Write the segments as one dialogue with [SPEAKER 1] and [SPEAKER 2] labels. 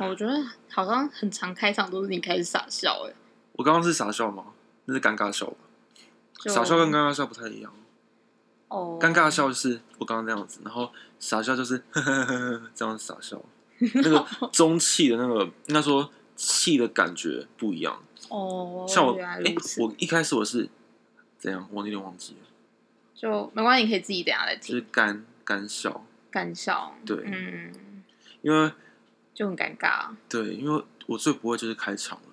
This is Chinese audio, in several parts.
[SPEAKER 1] 我觉得好像很常开场都是你开始傻笑、欸，哎，
[SPEAKER 2] 我刚刚是傻笑吗？那是尴尬笑吧？
[SPEAKER 1] 就
[SPEAKER 2] 傻笑跟尴尬笑不太一样。
[SPEAKER 1] 哦，
[SPEAKER 2] 尴尬笑就是我刚刚那样子，然后傻笑就是 呵呵呵呵这样傻笑，那个 中气的那个应该说气的感觉不一样。
[SPEAKER 1] 哦，
[SPEAKER 2] 像我
[SPEAKER 1] 原来
[SPEAKER 2] 哎、
[SPEAKER 1] 如此，
[SPEAKER 2] 我一开始我是怎样，我有点忘记了，
[SPEAKER 1] 就没关系，你可以自己等一下来
[SPEAKER 2] 就
[SPEAKER 1] 听
[SPEAKER 2] 是干干笑，
[SPEAKER 1] 干笑，
[SPEAKER 2] 对
[SPEAKER 1] 嗯，
[SPEAKER 2] 因为
[SPEAKER 1] 就很尴尬，
[SPEAKER 2] 对，因为我最不会就是开场了。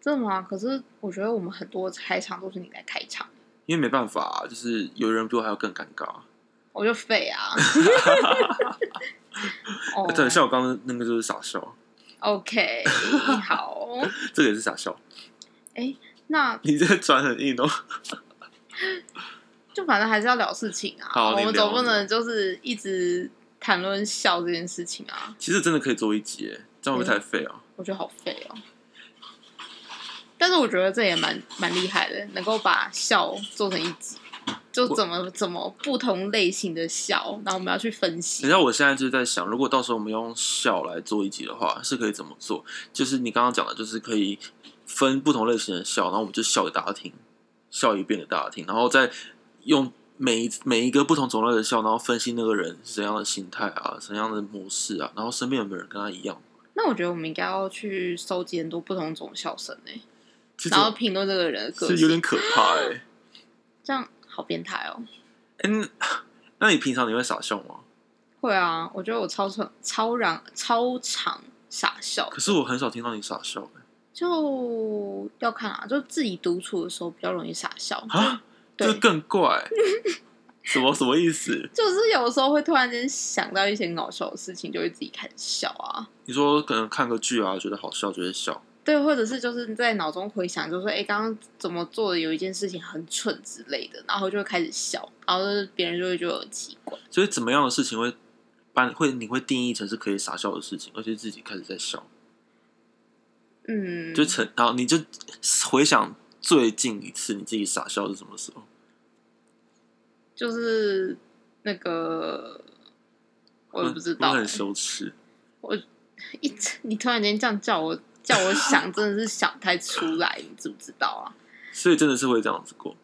[SPEAKER 1] 真的吗？可是我觉得我们很多开场都是你来开场，
[SPEAKER 2] 因为没办法、啊就是有人比我还要更尴尬。
[SPEAKER 1] 哦我就废 啊，哦，
[SPEAKER 2] 呃对，像我刚刚那个就是傻笑，
[SPEAKER 1] OK，好，
[SPEAKER 2] 这个也是傻笑。
[SPEAKER 1] 那
[SPEAKER 2] 你这个转很硬哦。
[SPEAKER 1] 就反正还是要聊事情啊，
[SPEAKER 2] 好
[SPEAKER 1] 我
[SPEAKER 2] 你
[SPEAKER 1] 们
[SPEAKER 2] 聊
[SPEAKER 1] 总不
[SPEAKER 2] 你聊
[SPEAKER 1] 能就是一直谈论笑这件事情啊。
[SPEAKER 2] 其实真的可以做一集耶，这样会
[SPEAKER 1] 嗯
[SPEAKER 2] 不会太废啊？
[SPEAKER 1] 我觉得好废哦。但是我觉得这也蛮蛮厉害的，能够把笑做成一集，就
[SPEAKER 2] 我
[SPEAKER 1] 怎么怎么不同类型的笑，然后我们要去分
[SPEAKER 2] 你
[SPEAKER 1] 析
[SPEAKER 2] 知。道我现在就是在想，如果到时候我们用笑来做一集的话，是可以怎么做？就是你刚刚讲的，就是可以分不同类型的笑，然后我们就笑给大家听，笑一遍给大家听，然后再用每一每一个不同种类的笑，然后分析那个人是怎样的心态啊，怎样的模式啊，然后身边有没有人跟他一样？
[SPEAKER 1] 那我觉得我们应该要去收集很多不同种笑声诶、
[SPEAKER 2] 其实
[SPEAKER 1] 然后评论这个人的
[SPEAKER 2] 其
[SPEAKER 1] 个
[SPEAKER 2] 实有
[SPEAKER 1] 性，
[SPEAKER 2] 点可怕哎、
[SPEAKER 1] 这样好变态哦。
[SPEAKER 2] 嗯，那你平常你会傻笑吗？
[SPEAKER 1] 会啊，我觉得我超常超常超常傻笑
[SPEAKER 2] 可，是我很少听到你傻笑
[SPEAKER 1] 就要看啊，就自己独处的时候比较容易傻笑。
[SPEAKER 2] 欸啊，
[SPEAKER 1] 对
[SPEAKER 2] 这更怪， 什么什么意思？
[SPEAKER 1] 就是有时候会突然间想到一些很搞笑的事情，就会自己开始笑啊。
[SPEAKER 2] 你说可能看个剧啊，觉得好笑就会笑，
[SPEAKER 1] 对，或者是就是在脑中回想，就说哎，诶刚刚怎么做的有一件事情很蠢之类的，然后就会开始笑，然后就是别人就会觉得很奇怪。
[SPEAKER 2] 所以怎么样的事情会把你会你会定义成是可以傻笑的事情，而且自己开始在笑，
[SPEAKER 1] 嗯，
[SPEAKER 2] 就成然后你就回想最近一次你自己傻笑是什么时候？
[SPEAKER 1] 就是那个，我也不知
[SPEAKER 2] 我
[SPEAKER 1] 道、欸
[SPEAKER 2] 很羞耻。
[SPEAKER 1] 一你突然间这样叫我叫我想，真的是想不太出来，你知不知道啊？
[SPEAKER 2] 所以真的是会这样子过，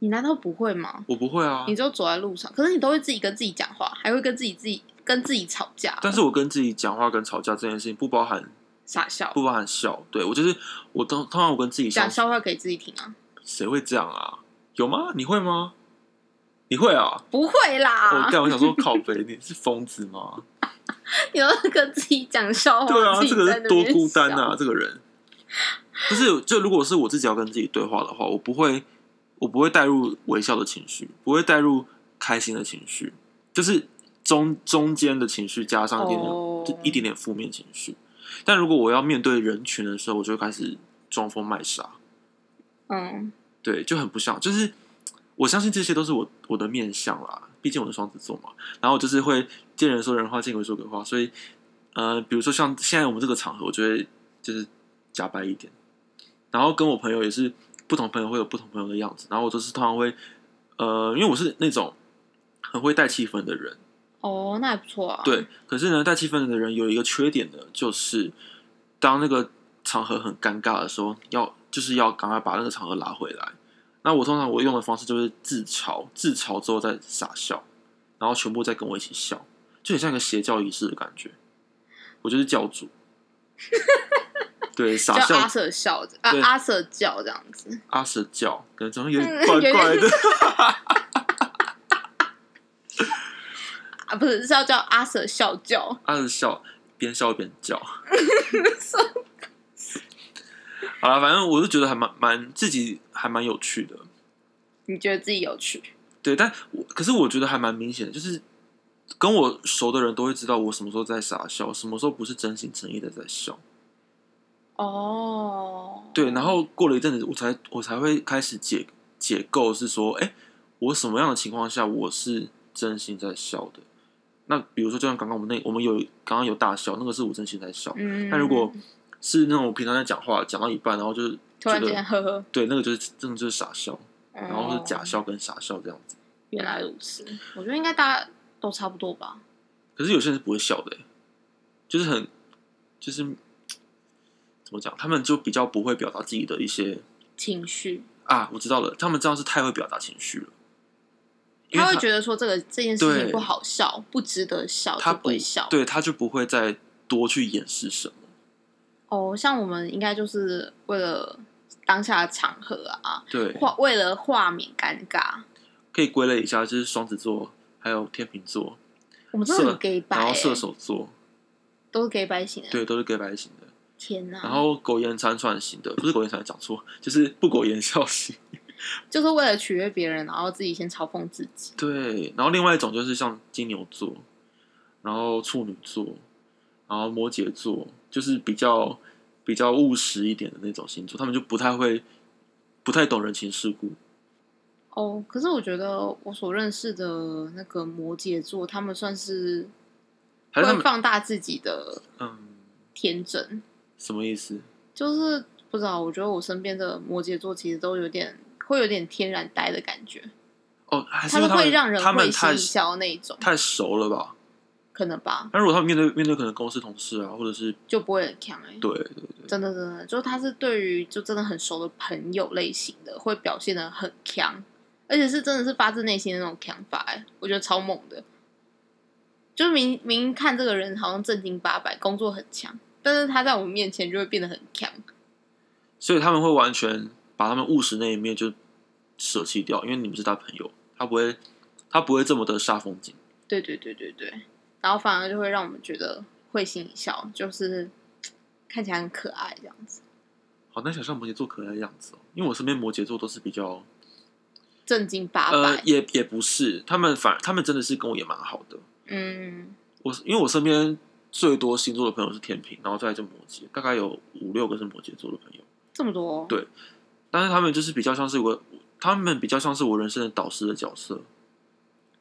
[SPEAKER 1] 你难道不会吗？
[SPEAKER 2] 我不会啊。
[SPEAKER 1] 你就走在路上，可是你都会自己跟自己讲话，还会跟自己自己跟自己吵架，
[SPEAKER 2] 但是我跟自己讲话跟吵架这件事情不包含
[SPEAKER 1] 傻笑。
[SPEAKER 2] 不包含笑，对我就是我通通常我跟自己相
[SPEAKER 1] 讲
[SPEAKER 2] 处
[SPEAKER 1] 笑话给自己听啊？
[SPEAKER 2] 谁会这样啊？有吗？你会吗？你会啊？
[SPEAKER 1] 不会啦
[SPEAKER 2] 我，干，我想说靠北，你是疯子吗？
[SPEAKER 1] 你要跟自己讲笑话，
[SPEAKER 2] 对啊，
[SPEAKER 1] 自
[SPEAKER 2] 这
[SPEAKER 1] 己
[SPEAKER 2] 个
[SPEAKER 1] 在
[SPEAKER 2] 人
[SPEAKER 1] 那
[SPEAKER 2] 多
[SPEAKER 1] 边
[SPEAKER 2] 孤单
[SPEAKER 1] 笑！
[SPEAKER 2] 啊，这个人。不是，就如果是我自己要跟自己对话的话，我不会，我不会带入微笑的情绪，不会带入开心的情绪，就是中中间的情绪加上一点点、
[SPEAKER 1] 哦
[SPEAKER 2] 就一点点负面情绪。但如果我要面对人群的时候，我就会开始装疯卖傻。
[SPEAKER 1] 嗯，
[SPEAKER 2] 对，就很不像，就是我相信这些都是我我的面相啦，毕竟我是双子座嘛，然后我就是会见人说人话，见鬼说鬼话，所以呃，比如说像现在我们这个场合，我就会就是假掰一点，然后跟我朋友也是不同朋友会有不同朋友的样子，然后我就是通常会呃，因为我是那种很会带气氛的人，
[SPEAKER 1] 哦，那还不错啊。，
[SPEAKER 2] 对，可是呢，带气氛的人有一个缺点呢，就是当那个场合很尴尬的时候，要就是要赶快把那个场合拉回来。那我通常我用的方式就是自嘲，自嘲之后再傻笑，然后全部再跟我一起笑，就很像一个邪教仪式的感觉。我就是教 主，对，傻
[SPEAKER 1] 叫
[SPEAKER 2] 笑
[SPEAKER 1] 阿 Sir 笑着，啊
[SPEAKER 2] 对
[SPEAKER 1] 阿 Sir 叫这样子，
[SPEAKER 2] 阿蛇教，感觉怎么有点
[SPEAKER 1] 嗯
[SPEAKER 2] 哎怪
[SPEAKER 1] 有点
[SPEAKER 2] 怪的。
[SPEAKER 1] 啊不是是要叫阿 Sir 笑叫，
[SPEAKER 2] 他是笑，边笑边叫。好了，反正我是觉得还蛮蛮自己还蛮有趣的，
[SPEAKER 1] 你觉得自己有趣？
[SPEAKER 2] 对，但我可是我觉得还蛮明显的，就是跟我熟的人都会知道我什么时候在傻笑，什么时候不是真心诚意的在笑。
[SPEAKER 1] 哦，
[SPEAKER 2] 对，然后过了一阵子，我才我才会开始解解构，是说，哎、我什么样的情况下我是真心在笑的？那比如说，就像刚刚我们那我们有刚刚有大笑，那个是我真心在笑，
[SPEAKER 1] 嗯，
[SPEAKER 2] 那如果是那种平常在讲话讲到一半，然后就是
[SPEAKER 1] 突然
[SPEAKER 2] 觉得
[SPEAKER 1] 间呵呵，
[SPEAKER 2] 对，那个就是真的就是傻笑，
[SPEAKER 1] 然
[SPEAKER 2] 然后是
[SPEAKER 1] 哦
[SPEAKER 2] 假，笑跟傻笑这样子。
[SPEAKER 1] 原来如此，我觉得应该大家都差不多吧。
[SPEAKER 2] 可是有些人是不会笑的欸、就是很就是么讲，他们就比较不会表达自己的一些
[SPEAKER 1] 情绪，
[SPEAKER 2] 啊，我知道了，他们这样是太会表达情绪了，因为
[SPEAKER 1] 他会觉得说这个这件事情
[SPEAKER 2] 对
[SPEAKER 1] 不好笑，不值得笑，
[SPEAKER 2] 他
[SPEAKER 1] 就
[SPEAKER 2] 不
[SPEAKER 1] 会笑。
[SPEAKER 2] 对他就不会再多去掩饰什么，
[SPEAKER 1] 哦，像我们应该就是为了当下的场合啊，
[SPEAKER 2] 对，
[SPEAKER 1] 化为了化免尴尬，
[SPEAKER 2] 可以归类一下，就是双子座，还有天秤座，
[SPEAKER 1] 我们真的
[SPEAKER 2] 射
[SPEAKER 1] 很 gay 白、
[SPEAKER 2] 然后射
[SPEAKER 1] 欸，
[SPEAKER 2] 手座，
[SPEAKER 1] 都是 gay 白型的。
[SPEAKER 2] 对，都是 gay 白型的，
[SPEAKER 1] 天哪！
[SPEAKER 2] 然后苟延残喘型的，不是苟延残喘，讲错，就是不苟言笑型，
[SPEAKER 1] 就是为了取悦别人，然后自己先嘲讽自己。
[SPEAKER 2] 对，然后另外一种就是像金牛座，然后处女座，然后摩羯座，就是比较比较务实一点的那种星座，他们就不太会，不太懂人情世故。
[SPEAKER 1] 哦，可是我觉得我所认识的那个摩羯座，他们算是
[SPEAKER 2] 还是他
[SPEAKER 1] 会
[SPEAKER 2] 们
[SPEAKER 1] 放大自己的
[SPEAKER 2] 嗯，
[SPEAKER 1] 天真，
[SPEAKER 2] 什么意思？
[SPEAKER 1] 就是不知道。我觉得我身边的摩羯座其实都有点会有点天然呆的感觉，
[SPEAKER 2] 哦，还是
[SPEAKER 1] 他
[SPEAKER 2] 因为
[SPEAKER 1] 们
[SPEAKER 2] 他
[SPEAKER 1] 会
[SPEAKER 2] 们
[SPEAKER 1] 让人
[SPEAKER 2] 他
[SPEAKER 1] 会
[SPEAKER 2] 们
[SPEAKER 1] 心
[SPEAKER 2] 太
[SPEAKER 1] 一笑那一种，
[SPEAKER 2] 太熟了吧？
[SPEAKER 1] 可能吧，
[SPEAKER 2] 那如果他们面对面对可能公司同事啊，或者是
[SPEAKER 1] 就不会很强哎、
[SPEAKER 2] 对对对，
[SPEAKER 1] 真的真的，就是他是对于就真的很熟的朋友类型的，会表现的很强，而且是真的是发自内心的那种强法、欸，我觉得超猛的。就是明明看这个人好像正经八百，工作很强，但是他在我们面前就会变得很强。
[SPEAKER 2] 所以他们会完全把他们务实那一面就舍弃掉，因为你们是他朋友，他不会他不会这么的煞风景。
[SPEAKER 1] 对对对对对，然后反而就会让我们觉得会心一笑，就是看起来很可爱这样子，
[SPEAKER 2] 好难想象摩羯座可爱的样子哦，因为我身边摩羯座都是比较
[SPEAKER 1] 正经八百。
[SPEAKER 2] 呃，也也不是，他们反他们真的是跟我也蛮好的。
[SPEAKER 1] 嗯，
[SPEAKER 2] 我因为我身边最多星座的朋友是天平，然后再来就摩羯，大概有五六个是摩羯座的朋友，
[SPEAKER 1] 这么多哦
[SPEAKER 2] 对但是他们就是比较像是我，他们比较像是我人生的导师的角色，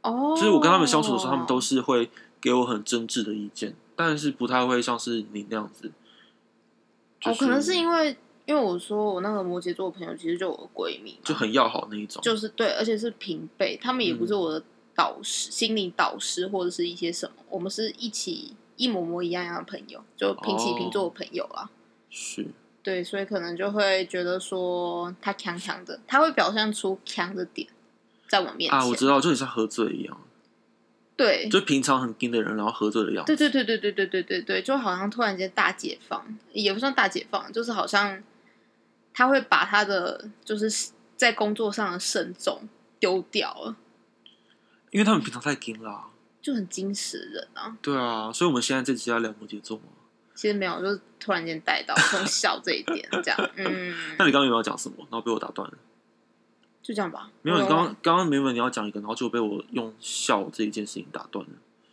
[SPEAKER 1] 哦，
[SPEAKER 2] 就是我跟他们相处的时候，他们都是会给我很真挚的意见，但是不太会像是你那样子。就
[SPEAKER 1] 哦，可能是因为因为我说我那个摩羯座的朋友其实就我的闺蜜嘛，
[SPEAKER 2] 就很嗯要好那一种，
[SPEAKER 1] 就是对，而且是平辈，他们也不是我的导师、心理导师或者是一些什么，我们是一起一模模一样样的朋友，就平起平
[SPEAKER 2] 哦
[SPEAKER 1] 坐的朋友啊。
[SPEAKER 2] 是
[SPEAKER 1] 对，所以可能就会觉得说他强强的，他会表现出强的点在我面前。
[SPEAKER 2] 啊，我知道，就很像喝醉一样，
[SPEAKER 1] 对，
[SPEAKER 2] 就平常很硬的人，然后喝醉的样子。
[SPEAKER 1] 对对对对对对对对对，就好像突然间大解放，也不算大解放，就是好像他会把他的就是在工作上的慎重丢掉了，
[SPEAKER 2] 因为他们平常太硬啦、
[SPEAKER 1] 就很矜持人啊。
[SPEAKER 2] 对啊，所以我们现在这集要聊摩羯座嘛。
[SPEAKER 1] 其实没有，就是突然间带到从小这一点，这样，嗯，
[SPEAKER 2] 那你刚刚有没有讲什么？然后被我打断了。
[SPEAKER 1] 就这样吧。
[SPEAKER 2] 没有，
[SPEAKER 1] 我
[SPEAKER 2] 你刚刚刚刚原本你要讲一个，然后就被我用笑这一件事情打断了。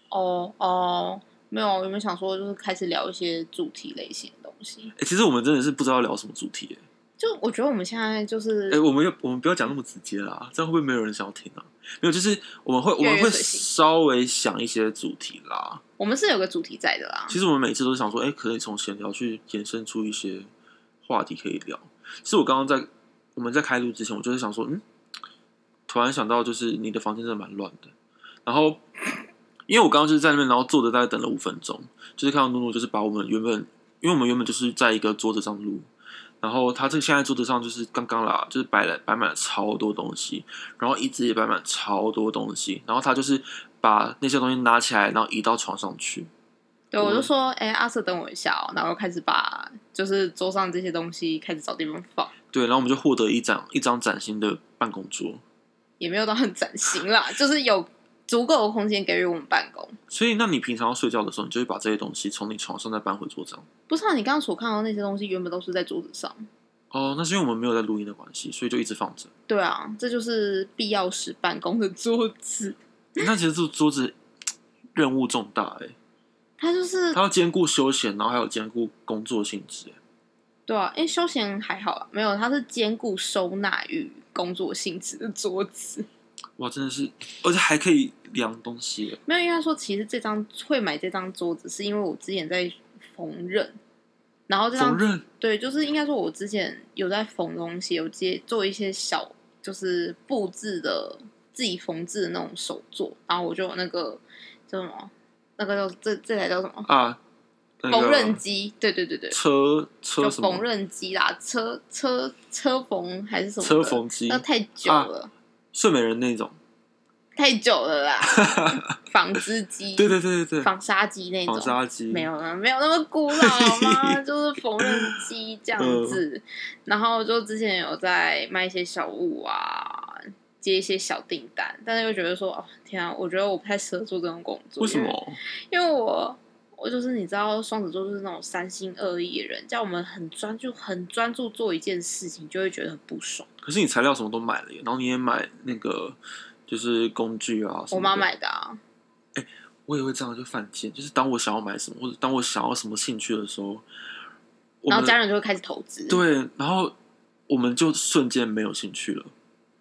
[SPEAKER 1] 哦哦，没有，我原本想说就是开始聊一些主题类型的东西。
[SPEAKER 2] 哎、其实我们真的是不知道要聊什么主题、欸。
[SPEAKER 1] 就我觉得我们现在就是
[SPEAKER 2] 哎、我们要我们不要讲那么直接啦，这样会不会没有人想要听啊？没有，就是我们会我
[SPEAKER 1] 越来
[SPEAKER 2] 们
[SPEAKER 1] 越
[SPEAKER 2] 会
[SPEAKER 1] 随性
[SPEAKER 2] 稍微想一些主题啦。
[SPEAKER 1] 我们是有个主题在的啦。
[SPEAKER 2] 其实我们每次都想说，哎、可以从闲聊去延伸出一些话题可以聊。其实我刚刚在我们在开录之前，我就是想说，嗯，突然想到就是你的房间真的蛮乱的。然后，因为我刚刚就是在那边，然后坐着大概等了五分钟，就是看到露露就是把我们原本，因为我们原本就是在一个桌子上录，然后他这个现在桌子上就是刚刚啦，就是摆了摆满了超多东西，然后椅子也摆满超多东西，然后他就是把那些东西拿起来，然后移到床上去。
[SPEAKER 1] 对，我
[SPEAKER 2] 嗯
[SPEAKER 1] 就说，哎、阿瑟，等我一下哦，然后开始把就是桌上这些东西开始找地方放，
[SPEAKER 2] 对，然后我们就获得一张一张崭新的办公桌，
[SPEAKER 1] 也没有到很崭新啦，就是有足够的空间给予我们办公。
[SPEAKER 2] 所以那你平常要睡觉的时候，你就会把这些东西从你床上再搬回桌上。
[SPEAKER 1] 不是、啊、你刚刚所看到的那些东西，原本都是在桌子上。
[SPEAKER 2] 哦，那是因为我们没有在录音的关系，所以就一直放着。
[SPEAKER 1] 对啊，这就是必要时办公的桌子，
[SPEAKER 2] 那其实这桌子任务重大哎、
[SPEAKER 1] 它就是
[SPEAKER 2] 它要兼顾休闲，然后还有兼顾工作性质、欸。
[SPEAKER 1] 对啊，因为休闲还好啦，没有，它是兼顾收纳与工作性质的桌子。
[SPEAKER 2] 哇，真的是，而且还可以量东西、欸。
[SPEAKER 1] 没有，应该说，其实这张会买这张桌子，是因为我之前在缝纫，然后这张
[SPEAKER 2] 缝纫
[SPEAKER 1] 对，就是应该说，我之前有在缝东西，有接做一些小就是布置的自己缝制的那种手作，然后我就有那个叫什么，那个叫这这台叫什么
[SPEAKER 2] 啊，那
[SPEAKER 1] 缝纫
[SPEAKER 2] 个
[SPEAKER 1] 机，对对对对，
[SPEAKER 2] 车车
[SPEAKER 1] 就
[SPEAKER 2] 什么
[SPEAKER 1] 缝纫机啦，车车车缝还是什么
[SPEAKER 2] 车
[SPEAKER 1] 的？
[SPEAKER 2] 缝机啊
[SPEAKER 1] 那，太久了，
[SPEAKER 2] 睡美人那种。
[SPEAKER 1] 太久了 啦，纺织机，
[SPEAKER 2] 对对对对对，
[SPEAKER 1] 纺纱机那种，
[SPEAKER 2] 纺纱机
[SPEAKER 1] 没有啊，没有那么古老好吗？ 就是缝纫机这
[SPEAKER 2] 嗯
[SPEAKER 1] 样子。然后就之前有在卖一些小物啊，接一些小订单，但是又觉得说，哦天啊，我觉得我不太适合做这种工作。
[SPEAKER 2] 为什
[SPEAKER 1] 因为？
[SPEAKER 2] 么？
[SPEAKER 1] 因为我。我就是你知道，双子座就是那种三心二意的人，叫我们很专注、很专注做一件事情，就会觉得很不爽。
[SPEAKER 2] 可是你材料什么都买了耶，然后你也买那个就是工具啊什么的
[SPEAKER 1] 我妈，买的啊，
[SPEAKER 2] 我也会这样就犯贱，就是当我想要买什么或者当我想要什么兴趣的时候，我
[SPEAKER 1] 然后
[SPEAKER 2] 们
[SPEAKER 1] 家人就会开始投资。
[SPEAKER 2] 对，然后我们就瞬间没有兴趣了。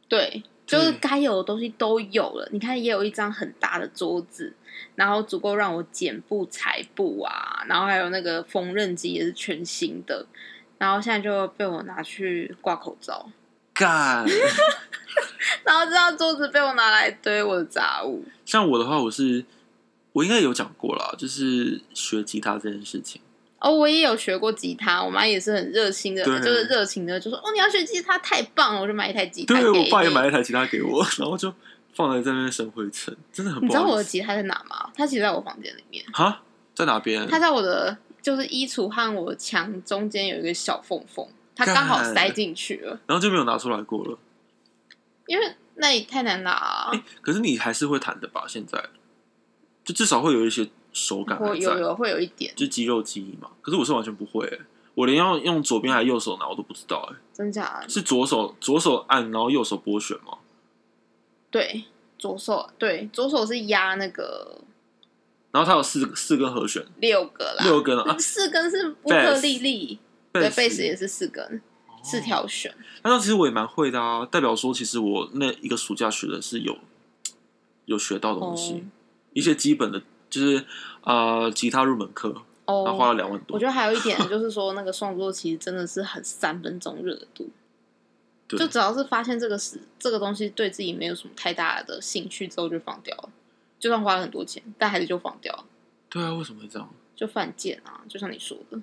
[SPEAKER 1] 对，就是
[SPEAKER 2] 对
[SPEAKER 1] 该有的东西都有了。你看，也有一张很大的桌子，然后足够让我剪布、裁布啊，然后还有那个缝纫机也是全新的，然后现在就被我拿去挂口罩，
[SPEAKER 2] 干，
[SPEAKER 1] 然后这张桌子被我拿来堆我的杂物。
[SPEAKER 2] 像我的话，我是我应该有讲过啦，就是学吉他这件事情。
[SPEAKER 1] 哦，我也有学过吉他，我妈也是很热心的，
[SPEAKER 2] 对
[SPEAKER 1] 就是热情的，就说哦，你要学吉他太棒了，我就买一台吉他给
[SPEAKER 2] 对
[SPEAKER 1] 你。
[SPEAKER 2] 我爸也买了一台吉他给我，然后就放在这边生灰尘，真的很
[SPEAKER 1] 你
[SPEAKER 2] 不
[SPEAKER 1] 知道我
[SPEAKER 2] 好
[SPEAKER 1] 的
[SPEAKER 2] 意思。
[SPEAKER 1] 吉他在哪吗？它其实在我房间里面。
[SPEAKER 2] 哈，在哪 边？
[SPEAKER 1] 它在我的就是衣橱和我墙中间有一个小缝缝，它刚好塞进去了，
[SPEAKER 2] 然后就没有拿出来过了。
[SPEAKER 1] 因为那里太难拿、啊。
[SPEAKER 2] 可是你还是会弹的吧？现在就至少会有一些手感
[SPEAKER 1] 我
[SPEAKER 2] 还
[SPEAKER 1] 有
[SPEAKER 2] 在，
[SPEAKER 1] 有会有一点，
[SPEAKER 2] 就肌肉记忆嘛。可是我是完全不会、欸，我连要用左边还是右手拿我都不知道、欸，
[SPEAKER 1] 真假的？
[SPEAKER 2] 是左手左手按，然后右手拨弦吗？
[SPEAKER 1] 对，左手对，左手是压那个
[SPEAKER 2] 然后它有四四根和弦，
[SPEAKER 1] 六个啦，
[SPEAKER 2] 六根啊
[SPEAKER 1] 嗯四根是乌克丽丽，对，贝斯也
[SPEAKER 2] 也
[SPEAKER 1] 是四根，四。条弦。
[SPEAKER 2] 那其实我也蛮会的啊，代表说其实我那一个暑假学的是有有学到东西，
[SPEAKER 1] 哦
[SPEAKER 2] 一些基本的，就是呃吉他入门课，然后
[SPEAKER 1] 哦，
[SPEAKER 2] 花了两万多
[SPEAKER 1] 我觉。得还有一点就是说，那个创作其实真的是很三分钟热度。
[SPEAKER 2] 对
[SPEAKER 1] 就只要是发现这个事这个东西对自己没有什么太大的兴趣之后，就放掉了。就算花了很多钱，但还是就放掉了，
[SPEAKER 2] 对啊，为什么会这样？
[SPEAKER 1] 就犯贱啊！就像你说的，